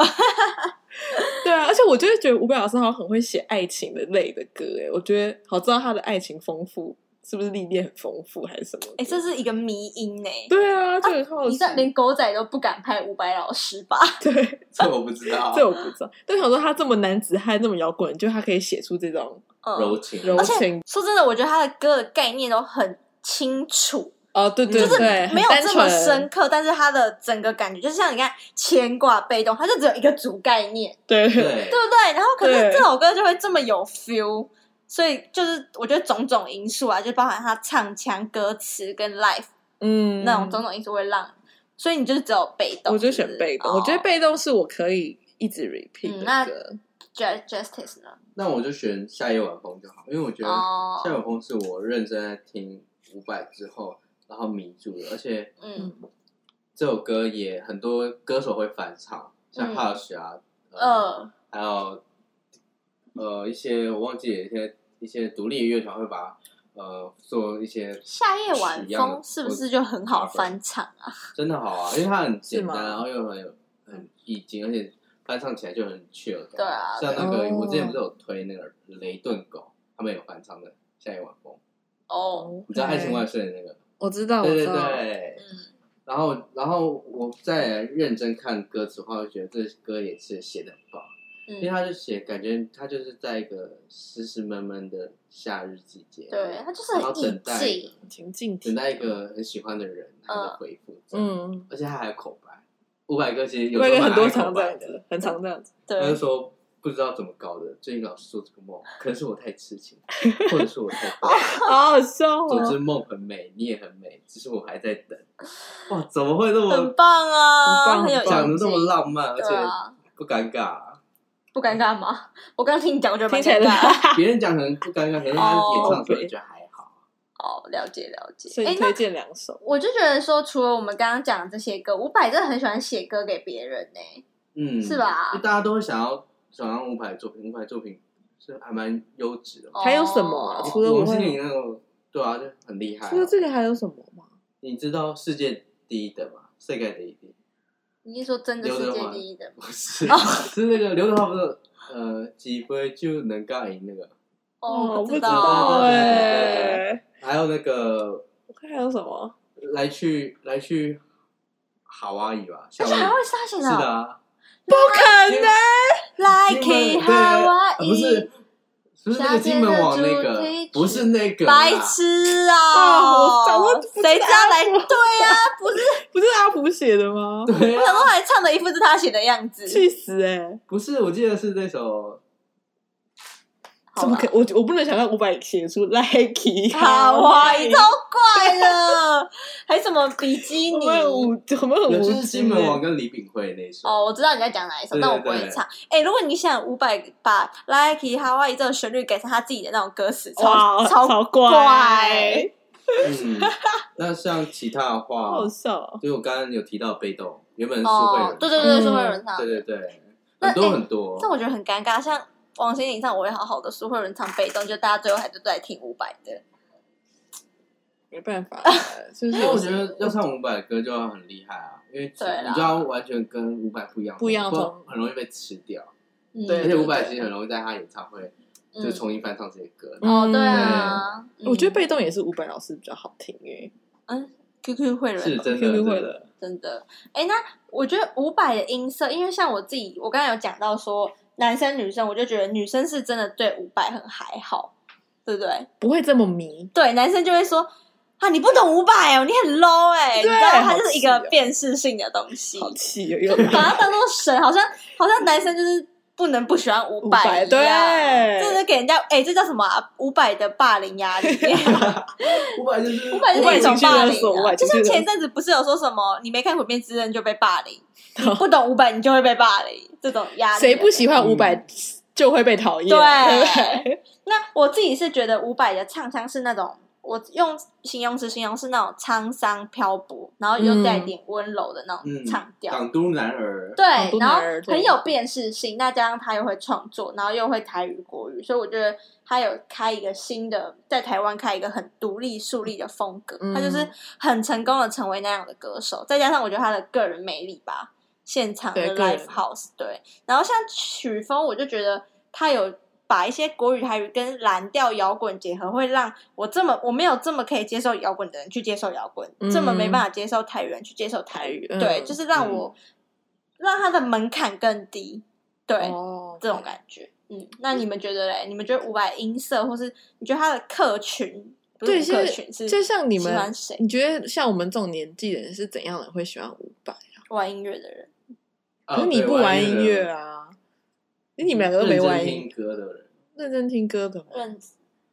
S2: 对啊，而且我就会觉得伍佰老师好像很会写爱情的类的歌，哎，我觉得好知道他的爱情丰富，是不是历练很丰富还是什么的？
S1: 哎、这是一个迷音呢、哎
S2: 对啊，就很好
S1: 你
S2: 奇。
S1: 这连狗仔都不敢拍伍佰老师吧？
S2: 对，
S3: 这我不知 道，
S2: 这我不知道。但想说他这么男子汉，这么摇滚，就他可以写出这种
S3: 柔
S1: 嗯，
S3: 情，
S2: 柔
S1: 而
S2: 情
S1: 且说真的，我觉得他的歌的概念都很清楚，
S2: 哦，对对
S1: 就是
S2: 对，很
S1: 没有
S2: 单
S1: 这么
S2: 纯
S1: 深，刻，但是他的整个感觉，就像你看牵挂、被动，它就只有一个主概念，
S2: 对
S3: 对
S1: 对不对？然后可
S2: 对
S1: 是这首歌就会这么有 feel。所以就是，我觉得种种因素啊，就包含他唱腔、歌词跟 life
S2: 嗯
S1: 那种种种因素会让，所以你就是只有被动。
S2: 我就是选
S1: 不是
S2: 被动，
S1: 哦
S2: 我觉得被动是我可以一直 repeat
S1: 嗯
S2: 的
S1: 那
S2: 歌。
S1: Ju- justice 呢？
S3: 那我就选夏夜晚风就好，因为我觉得
S1: 哦，
S3: 夏夜晚风是我认真在听伍佰之后，然后迷住的，而且
S1: 嗯
S3: 这首歌也很多歌手会翻唱，像
S1: 嗯
S3: Hush 啊，呃，
S1: 呃
S3: 还有呃一些我忘记了一些一些独立乐团会把呃做一些
S1: 夏夜晚
S3: 一样的
S1: 风是不是就很好翻唱啊？
S3: 真的好啊，因为它很简单，
S2: 是吗
S3: 然后又很有很意境，而且翻唱起来就很 chill 的感觉。
S1: 对啊
S3: 像那
S2: 对
S3: 个
S2: 啊
S3: 我之前不是
S1: 哦
S3: 有推那个雷顿狗，他们有翻唱的《夏夜晚风》，
S1: 哦，
S3: 你知道《爱情万
S2: 对
S3: 岁》的那个？
S2: 我知道，我
S3: 对
S2: 知
S3: 对
S2: 道，
S3: 对。
S1: 嗯，
S3: 然后，然后我再来认真看歌词的话，我觉得这歌也是写的很棒，因为
S1: 嗯，
S3: 他就写感觉他就是在一个湿湿闷闷的夏日季节，
S1: 对，，它就是
S3: 然后
S1: 很
S3: 等
S1: 意
S3: 待一
S1: 境
S3: 个，
S2: 情境题
S3: 等待一个很喜欢的人他的
S1: 嗯
S3: 回复，，
S2: 嗯，
S3: 而且他还有口白，伍佰歌其实有
S2: 我
S3: 时
S2: 也
S3: 候
S2: 很
S3: 蛮
S2: 多
S3: 爱口
S2: 常这
S3: 白
S2: 样子，很常这 样子。
S3: 他就
S1: 对。
S3: 说不知道怎么搞的，最近老是做这个梦，可能是我太痴 情，或者是我太
S1: 哦
S3: 笨。
S2: 好好笑
S3: 总之
S2: 哦！
S3: 梦很美，你也很美，只是我还在等。哇，怎么会那
S1: 很
S3: 么
S1: 棒啊，
S2: 很棒
S1: 很有
S2: 很棒
S3: 讲的
S1: 意
S3: 那
S1: 境
S3: 么浪漫，而
S1: 对
S3: 且
S1: 啊，
S3: 不尴尬、
S1: 不尴尬吗？ 我刚听你讲，我觉得蛮
S2: 听起
S1: 尴
S2: 来的，
S1: 尬。
S3: 别人讲可能不尴尬，可是他演唱的时候觉得还好。
S1: 哦，了解了
S2: 所
S1: 解。哎
S2: 以，
S1: 那
S2: 推荐两首。
S1: 我就觉得说，除了我们刚刚讲的这些歌，伍佰真的很喜欢写歌给别人呢、
S3: 嗯，
S1: 是吧
S3: 就大家都会想要想要伍佰的作品，伍佰的作品是还蛮优质的嘛。
S1: 哦
S2: 还有什么啊？
S1: 哦
S2: 除了我
S3: 王心
S2: 会，
S3: 凌那个，对啊，就很厉害啊、
S2: 除了这个还有什么吗？
S3: 你知道世界第一的吗？世界第一的。
S1: 你是说真的
S3: 刘
S1: 世
S3: 德
S1: 界
S3: 华
S1: 第一的吗？
S3: 不是，
S1: 哦
S3: 是那个刘德华不是呃几杯就能尬赢那个，
S1: 哦，
S2: 我不知
S1: 道
S2: 道
S3: 对对对对
S2: 哎。
S3: 还有那个
S2: 我看还有什么？啊
S3: 来去来去夏威夷吧，夏
S1: 而
S3: 威
S1: 且还会
S3: 夷啊
S1: 沙写
S3: 是的啊，
S2: 不可能！
S1: ，Like
S3: 金
S1: it
S3: 门对啊
S1: Hawaii，
S3: 不是不是那个金门网那
S1: 夏天的主
S3: 个
S1: 题曲，
S3: 不是那个啊啦
S1: 白痴
S2: 啊我早
S1: 哦
S2: 就，不知道
S1: 谁知道来？对呀、不是，
S2: 不是阿福写的吗？
S3: 对
S1: 我想
S3: 啊，
S1: 说还唱的一副是他写的样子，
S2: 气死哎！
S3: 不是，我记得是那首
S1: 好
S2: 怎么
S1: 吧啊
S2: 可？我我不能想到伍佰写出 Nike
S1: 卡哇伊，
S2: Hawaii
S1: 超怪的， 还什么比基
S2: 我
S1: 尼？
S2: 们很无，我们
S3: 有
S2: 很
S3: 就
S2: 无
S3: 是
S2: 知
S3: 金门
S2: 耶
S3: 王跟李炳辉那一首。
S1: 哦，我知道你在讲哪一首，
S3: 对
S1: 但我
S3: 对
S1: 不会
S3: 对
S1: 唱。哎、如果你想五百把 Lucky Hawaii 这种旋律改成他自己的那种歌词，超
S2: 哇，
S1: 超怪
S2: 怪，
S3: 嗯，那像其他的话
S2: 好，笑哦。
S3: 就我刚刚有提到被动，原 本是会有
S1: 哦
S3: 人，
S1: 对对对，
S2: 嗯
S1: 是会有人唱。
S3: 对对对，
S1: 那
S3: 很多
S1: 哎
S3: 很多。
S1: 但我觉得很尴尬，像王心凌唱《我会好好的》，苏慧伦唱《被动》，就大家最后还是都在听五百的。
S2: 没办法，就是
S3: 因为我觉得要唱伍佰的歌就要很厉害啊，因为
S1: 对啦
S3: 你就要完全跟伍佰不一样，
S2: 不一样的
S3: 然
S2: 风
S3: 很容易被吃掉。
S1: 嗯
S2: 对
S3: 而且伍佰其实很容易在他演唱会就
S1: 嗯
S3: 重新翻唱这些歌。
S2: 嗯
S1: 哦，对啊，嗯
S2: 我觉得被动也是伍佰老师比较好听耶
S1: QQ 慧
S3: 是
S1: 伦
S3: 真的，
S2: ，QQ 会
S3: 真的，
S2: 的，
S1: 真的。哎、那我觉得伍佰的音色，因为像我自己，我刚才有讲到说男生女生，我就觉得女生是真的对伍佰很还好，对不对？
S2: 不会这么迷。
S1: 对，男生就会说啊，你不懂伍佰哦，你很 low 哎、你知
S2: 对
S1: 道它
S2: 好
S1: 就是一
S2: 气
S1: 个
S2: 哦
S1: 辨识性的东西，
S2: 好气 哦，又
S1: 把它当做神，好像好像男生就是不能不喜欢伍佰
S2: 佰
S1: 一样，
S2: 对
S1: 这是给人家哎、这叫什么啊？伍佰的霸凌压 力，伍
S3: 伍佰就 是
S1: 佰就是
S2: 伍佰
S1: 一种
S2: 情绪
S1: 霸
S2: 勒
S1: 凌
S2: 索伍
S1: 啊、
S2: 佰
S1: 就
S2: 情
S1: 像
S2: 绪勒索
S1: 前阵子不是有说什么，你没看《鬼灭之刃》就被霸凌，你不懂伍佰你就会被霸凌，这种压力，
S2: 谁不喜欢伍佰就会被讨厌，
S1: 对
S2: 对不对？
S1: 那我自己是觉得伍佰的唱腔是那种，我用形容词形容是那种沧桑漂泊，然后又带点温柔的那种
S3: 嗯
S1: 唱调。
S3: 港都男儿，
S2: 港
S1: 对，
S2: 都
S1: 然后
S2: 男儿对
S1: 很有辨识性，那加上他又会创作，然后又会台语国语，所以我觉得他有开一个新的，在台湾开一个很独立树立的风格，
S2: 嗯
S1: 他就是很成功的成为那样的歌手，再加上我觉得他的个人魅力吧，现场的
S2: 对个人
S1: live house 对，然后像曲风，我就觉得他有。把一些国语、台语跟蓝调摇滚结合，会让我这么我没有这么可以接受摇滚的人去接受摇滚，
S2: 嗯
S1: 这么没办法接受台语人去接受台语，
S2: 台语
S1: 对，
S2: 嗯
S1: 就是让我、让他的门槛更低，对、
S2: 哦
S1: 这种感觉。嗯，那你们觉得嘞？你们觉得伍佰音色，或是你觉得他的客群，不是
S2: 对，
S1: 客群
S2: 就是就像你
S1: 喜欢
S2: 们，
S1: 谁
S2: 你觉得像我们这种年纪的人是怎样的人会喜欢伍佰？
S1: 玩音乐的人？
S3: 啊
S2: 可是你
S3: 对
S2: 不玩
S3: 玩
S2: 音乐
S3: 啊，嗯
S2: 啊，因为你们两个都没玩
S3: 认真
S2: 音
S3: 听，歌的人，
S2: 认真听歌的嘛。
S1: 认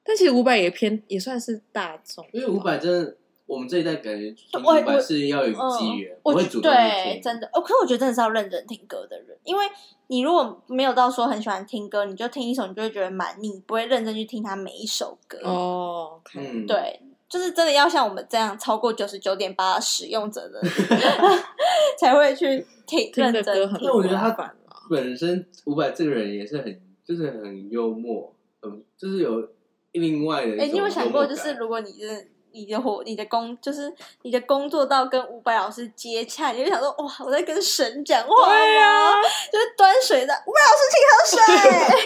S2: 但其实伍佰也偏也算是大众，
S3: 因为伍佰真的，我们这一代感觉听伍
S1: 我
S3: 佰是要有
S2: 嗯
S3: 机缘，不会
S1: 觉
S3: 主动去
S1: 对
S3: 听，
S1: 真的，哦，可是我觉得真的是要认真听歌的人，因为你如果没有到说很喜欢听歌，你就听一首，你就会觉得蛮腻，不会认真去听他每一首歌。
S2: 哦，
S3: 嗯，
S1: 对，就是真的要像我们这样超过九十九点八使用者 的才会去听
S2: 听
S1: 认
S2: 的
S1: 真
S2: 歌很
S1: 听
S3: 那。我觉得他
S2: 麻烦啊，
S3: 本身伍佰这个人也是很，就是很幽默，嗯，就是有另外的一种
S1: 哎、你有没有想
S3: 幽默
S1: 过，
S3: 感
S1: 就是如果你的你的活、你的工，就是你的工作到跟伍佰老师接洽，你就想说，哇，我在跟神讲话吗？
S2: 对啊
S1: 就是端水的，伍佰老师请喝水，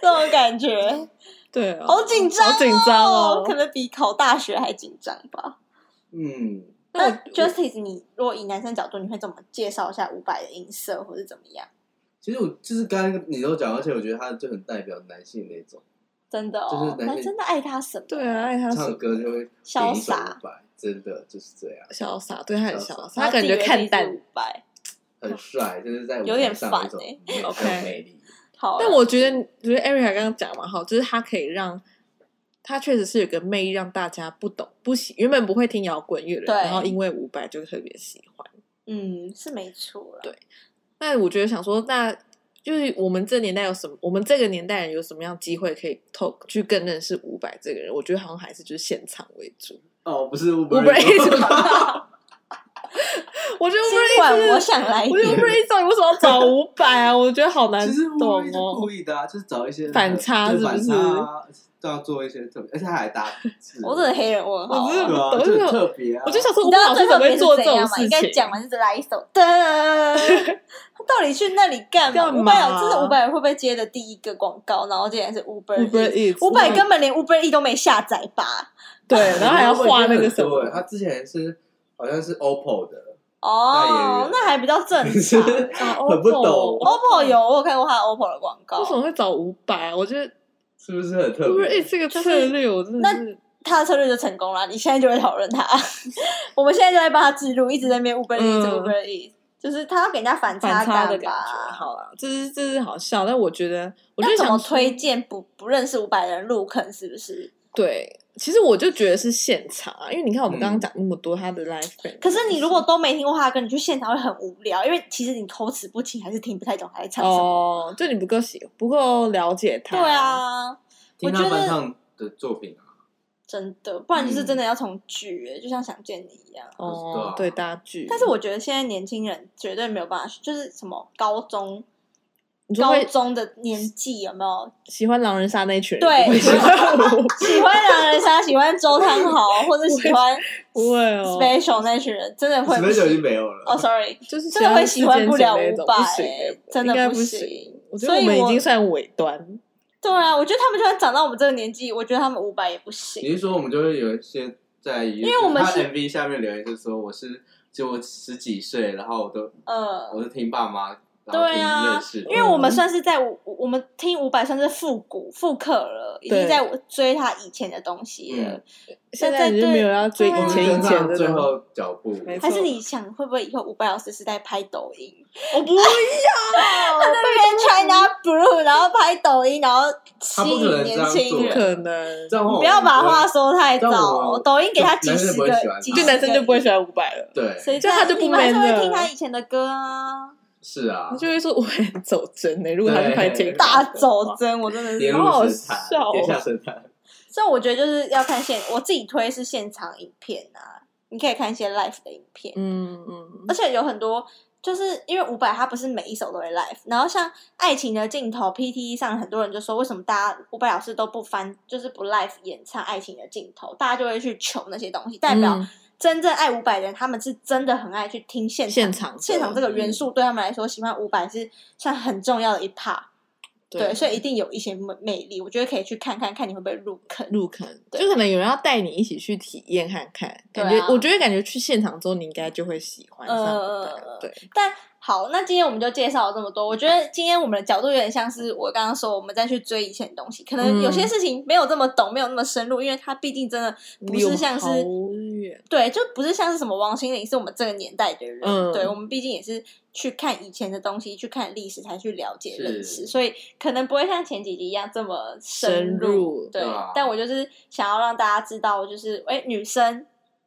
S1: 这种感觉，
S2: 对啊，
S1: 好紧张、
S2: 好紧张
S1: 哦，可
S2: 哦。
S1: 能比考大学还紧张吧。
S3: 嗯，
S2: 那
S1: 那
S2: 我
S1: Justice，你如果以男生角度，你会怎么介绍一下伍佰的音色，或是怎么样？
S3: 其实我就是刚刚你都讲，而且我觉得他就很代表男性那种，
S1: 真的
S3: 就是
S1: 哦
S3: 男，性
S1: 男生的爱他什么？
S2: 对啊，，爱他是
S3: 唱歌就会
S1: 潇
S3: 给一首
S1: 洒
S3: 伍佰，真的就是这样，
S2: 潇洒，对他很
S3: 潇洒
S2: 潇洒，
S1: 然
S2: 他
S1: 后自
S2: 感
S1: 己
S2: 觉
S1: 以为自
S2: 看
S1: 己是
S2: 淡
S1: 伍。佰。
S3: 很帅，就是在舞
S1: 有
S3: 台
S1: 点
S3: 上
S1: 烦
S3: 那种
S1: 欸
S3: 很有
S2: OK
S3: 魅力。
S1: 好啊，
S2: 但我觉得，我觉得 Erica 刚刚讲蛮好，就是他可以让，他确实是有个魅力，让大家不懂不喜，原本不会听摇滚乐的
S1: 对
S2: 人，然后因为伍佰就特别喜欢。
S1: 嗯是没错啦。
S2: 对那我觉得想说，那就是我们这年代有什么，我们这个年代人有什么样机会可以透去更认识伍佰这个人？我觉得好像还是就是现场为主。
S3: 哦，不是伍佰，
S2: Uber Eats，我觉得 Uber
S1: 今晚
S2: Eats，
S1: 我想来一
S2: 我觉得
S1: 点
S2: Uber Eats 到底为什么要找伍佰 啊？我觉得好难
S3: 其实 Uber
S2: 懂
S3: Eats 是
S2: 哦
S3: 故。意的啊，就是找一些
S2: 反差
S3: 对
S2: 是不
S3: 反
S2: 是
S3: 差啊都要做一些特别，而且他还搭字
S1: 我真的黑人问号
S2: 我
S1: 啊。
S2: 真的
S3: 对啊，
S2: 懂
S3: 就
S2: 那
S3: 很
S2: 种
S3: 特别啊。
S2: 我就想说，
S1: 你
S2: 伍
S1: 知
S2: 佰
S1: 道
S2: 老师
S1: 最
S2: 怎
S1: 后
S2: 么会
S1: 面
S2: 做
S1: 是
S2: 这
S1: 怎样
S2: 种
S1: 吗？
S2: 事
S1: 应该
S2: 情？
S1: 讲完就只来一首噔，他到底去那里干嘛？
S2: 干嘛
S1: 五百，这是五百会不会接的第一个广告？然后竟然是
S2: Uber
S1: Uber，
S2: Eats，嗯
S1: 五百根本连 Uber E 都没下载吧？
S2: 对，然后还要画那个什
S3: 对
S2: 么，
S3: 欸他之前是好像是 OPPO 的，代言
S1: 哦
S3: 人，
S1: 那还比较正 常。
S3: 很不懂
S1: OPPO 有，我有看过他的 OPPO 的广告
S2: 为什，么会找伍佰啊？我觉得
S3: 是不是很特
S2: Uber
S3: 别
S2: Eats？这个
S1: 就是
S2: 策略，我真的是
S1: 他的策略就成 功了。你现在就会讨论他，我们现在就在帮他记录，一直在那边 Uber E，
S2: 嗯
S1: Uber E。就是他要给人家反
S2: 反差
S1: 感吧？
S2: 的感觉。好了，这是这是好笑，但我觉得，我就
S1: 那怎
S2: 想
S1: 么
S2: 说
S1: 推荐不不认识五百人入坑？是不是？
S2: 对，其实我就觉得是现场啊，因为你看我们刚刚
S3: 嗯
S2: 讲那么多他的 live band，
S1: 可是你如果都没听过他的歌，你去现场会很无聊，因为其实你口齿不清，还是听不太懂他在唱什么。
S2: 哦，就你不够喜不够了解他，
S1: 对，啊，我
S3: 听他
S1: 觉得
S3: 翻唱的作品啊，
S1: 真的，不然就是真
S2: 嗯
S1: 的要从剧、欸就像想见你一样。
S2: 哦，
S3: 对
S2: 对
S3: 啊
S2: 大剧，
S1: 但是我觉得现在年轻人绝对没有办法去，就是什么高中
S2: 你说
S1: 高
S2: 会
S1: 中的年纪有没有
S2: 喜欢狼人杀那一群人，
S1: 对
S2: 不会喜 欢我，
S1: 喜欢狼人杀、喜欢周汤豪 或者喜欢
S2: 不会哦，
S1: special 那群人，真的会
S3: 什
S1: 不
S3: 么酒已
S1: 行
S3: 经没有了。
S1: 哦，sorry，
S2: 就是
S1: 真的会喜欢不了
S2: 那
S1: 五
S2: 种，
S1: 百哎
S2: 不行欸，，
S1: 真的
S2: 应该
S1: 不
S2: 行。
S1: 行。
S2: 我觉得
S1: 所
S2: 我
S1: 以
S2: 们已
S1: 我
S2: 经算尾端，
S1: 对啊，我觉得他们就算长到我们这个年纪，我觉得他们五百也不
S3: 你
S1: 行。
S3: 是说我们就会有一些在，因
S1: 为我们
S3: 他
S1: 是
S3: MV 下面留言就说我是就我十几岁，然后我都
S1: 嗯，
S3: 我是听爸妈，然后
S1: 对
S3: 听
S1: 啊
S3: 认识的，
S1: 因为
S2: 嗯
S1: 我们算是在五，我们听五百算是复古复刻了，已经
S2: 对
S1: 在追他以前的东西
S3: 嗯
S1: 了。
S2: 现
S1: 在
S2: 在你就没有要追以
S1: 对啊
S2: 前以
S3: 跟
S2: 前
S3: 上
S2: 的
S3: 最
S2: 那种
S3: 后脚步，
S2: 没错
S1: 还是你想会不会以后五百老师是在拍抖音？
S2: 我不要，
S1: 那边 China Blue，然后拍抖音，然后吸
S3: 他不可
S1: 引
S3: 能这
S1: 年
S3: 样
S1: 轻
S3: 做
S2: 不
S1: 人。
S2: 可能，
S3: 这样的话我
S1: 不要把话说太
S3: 但
S1: 早
S3: 我，
S1: 抖音给他几十个
S3: 男生也不会喜欢，他
S1: 几十
S2: 就
S1: 个
S2: 男生就不会喜欢伍佰了，
S3: 对，
S1: 谁
S2: 这样他就不
S1: 你们还是
S2: man 了
S1: 会听他以前的歌啊，
S3: 是啊
S2: 他，就会说我很走针呢。如果他是拍这
S3: 对
S1: 大走针，我真的
S3: 跌
S1: 是。
S2: 好好
S3: 入神坛
S1: 哦
S2: 笑，
S3: 跌下神坛。
S1: 所以我觉得就是要看现，我自己推是现场影片啊，你可以看一些 live 的影片，
S2: 嗯嗯，
S1: 而且有很多。就是因为伍佰他不是每一首都会 live，然后像《爱情的尽头》PTE 上很多人就说，为什么大家伍佰老师都不翻，就是不 live 演唱《爱情的尽头》，大家就会去求那些东西，代表
S2: 嗯
S1: 真正爱伍佰的人，他们是真的很爱去听现场
S2: 现场
S1: 现场这个元素对他们来说，喜欢伍佰是算很重要的一 part，对，所以一定有一些魅魅力，我觉得可以去看看看你会不会入坑。
S2: 入坑，
S1: 对
S2: 就可能有人要带你一起去体验看看，感
S1: 对
S2: 觉
S1: 啊
S2: 我觉得感觉去现场之后你应该就会喜欢上
S1: 呃
S2: 的，对，
S1: 但好，那今天我们就介绍了这么多，我觉得今天我们的角度有点像是我刚刚说，我们再去追以前的东西，可能有些
S2: 嗯
S1: 事情没有这么懂，没有那么深入，因为它毕竟真的不
S2: 离我
S1: 是
S2: 们
S1: 像是
S2: 好远，
S1: 对，就不是像是什么王心凌，是我们这个年代的人。
S2: 嗯
S1: 对，我们毕竟也是去看以前的东西，去看历史才去了解
S3: 是
S1: 认识，所以可能不会像前几集一样这么深
S2: 深入
S1: 对，
S3: 对啊
S1: 但我就是想要让大家知道，就是哎、诶女生。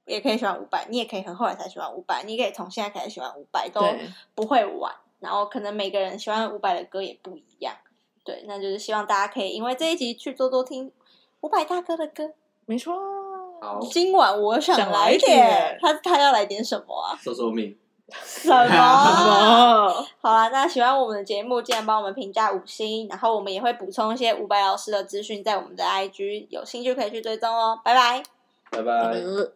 S1: 也可以喜欢伍佰，你也可以很后来才喜欢伍佰，你也可以从现在开始喜欢伍佰，都
S2: 对，
S1: 不会玩，然后可能每个人喜欢伍佰的歌也不一样，对，那就是希望大家可以因为这一集去多多听伍佰大哥的歌，
S2: 没错，啊
S3: 好，
S1: 今晚我想
S2: 想
S1: 来
S2: 来
S1: 点
S2: 点，
S1: 他他要来点什么啊？
S3: 说说命，
S1: 什 么？
S2: 哦，
S1: 好啦，那喜欢我们的节目，记得帮我们评价五星，然后我们也会补充一些伍佰老师的资讯在我们的 IG，有兴趣可以去追踪哦。拜拜。
S3: 拜拜。
S2: 呃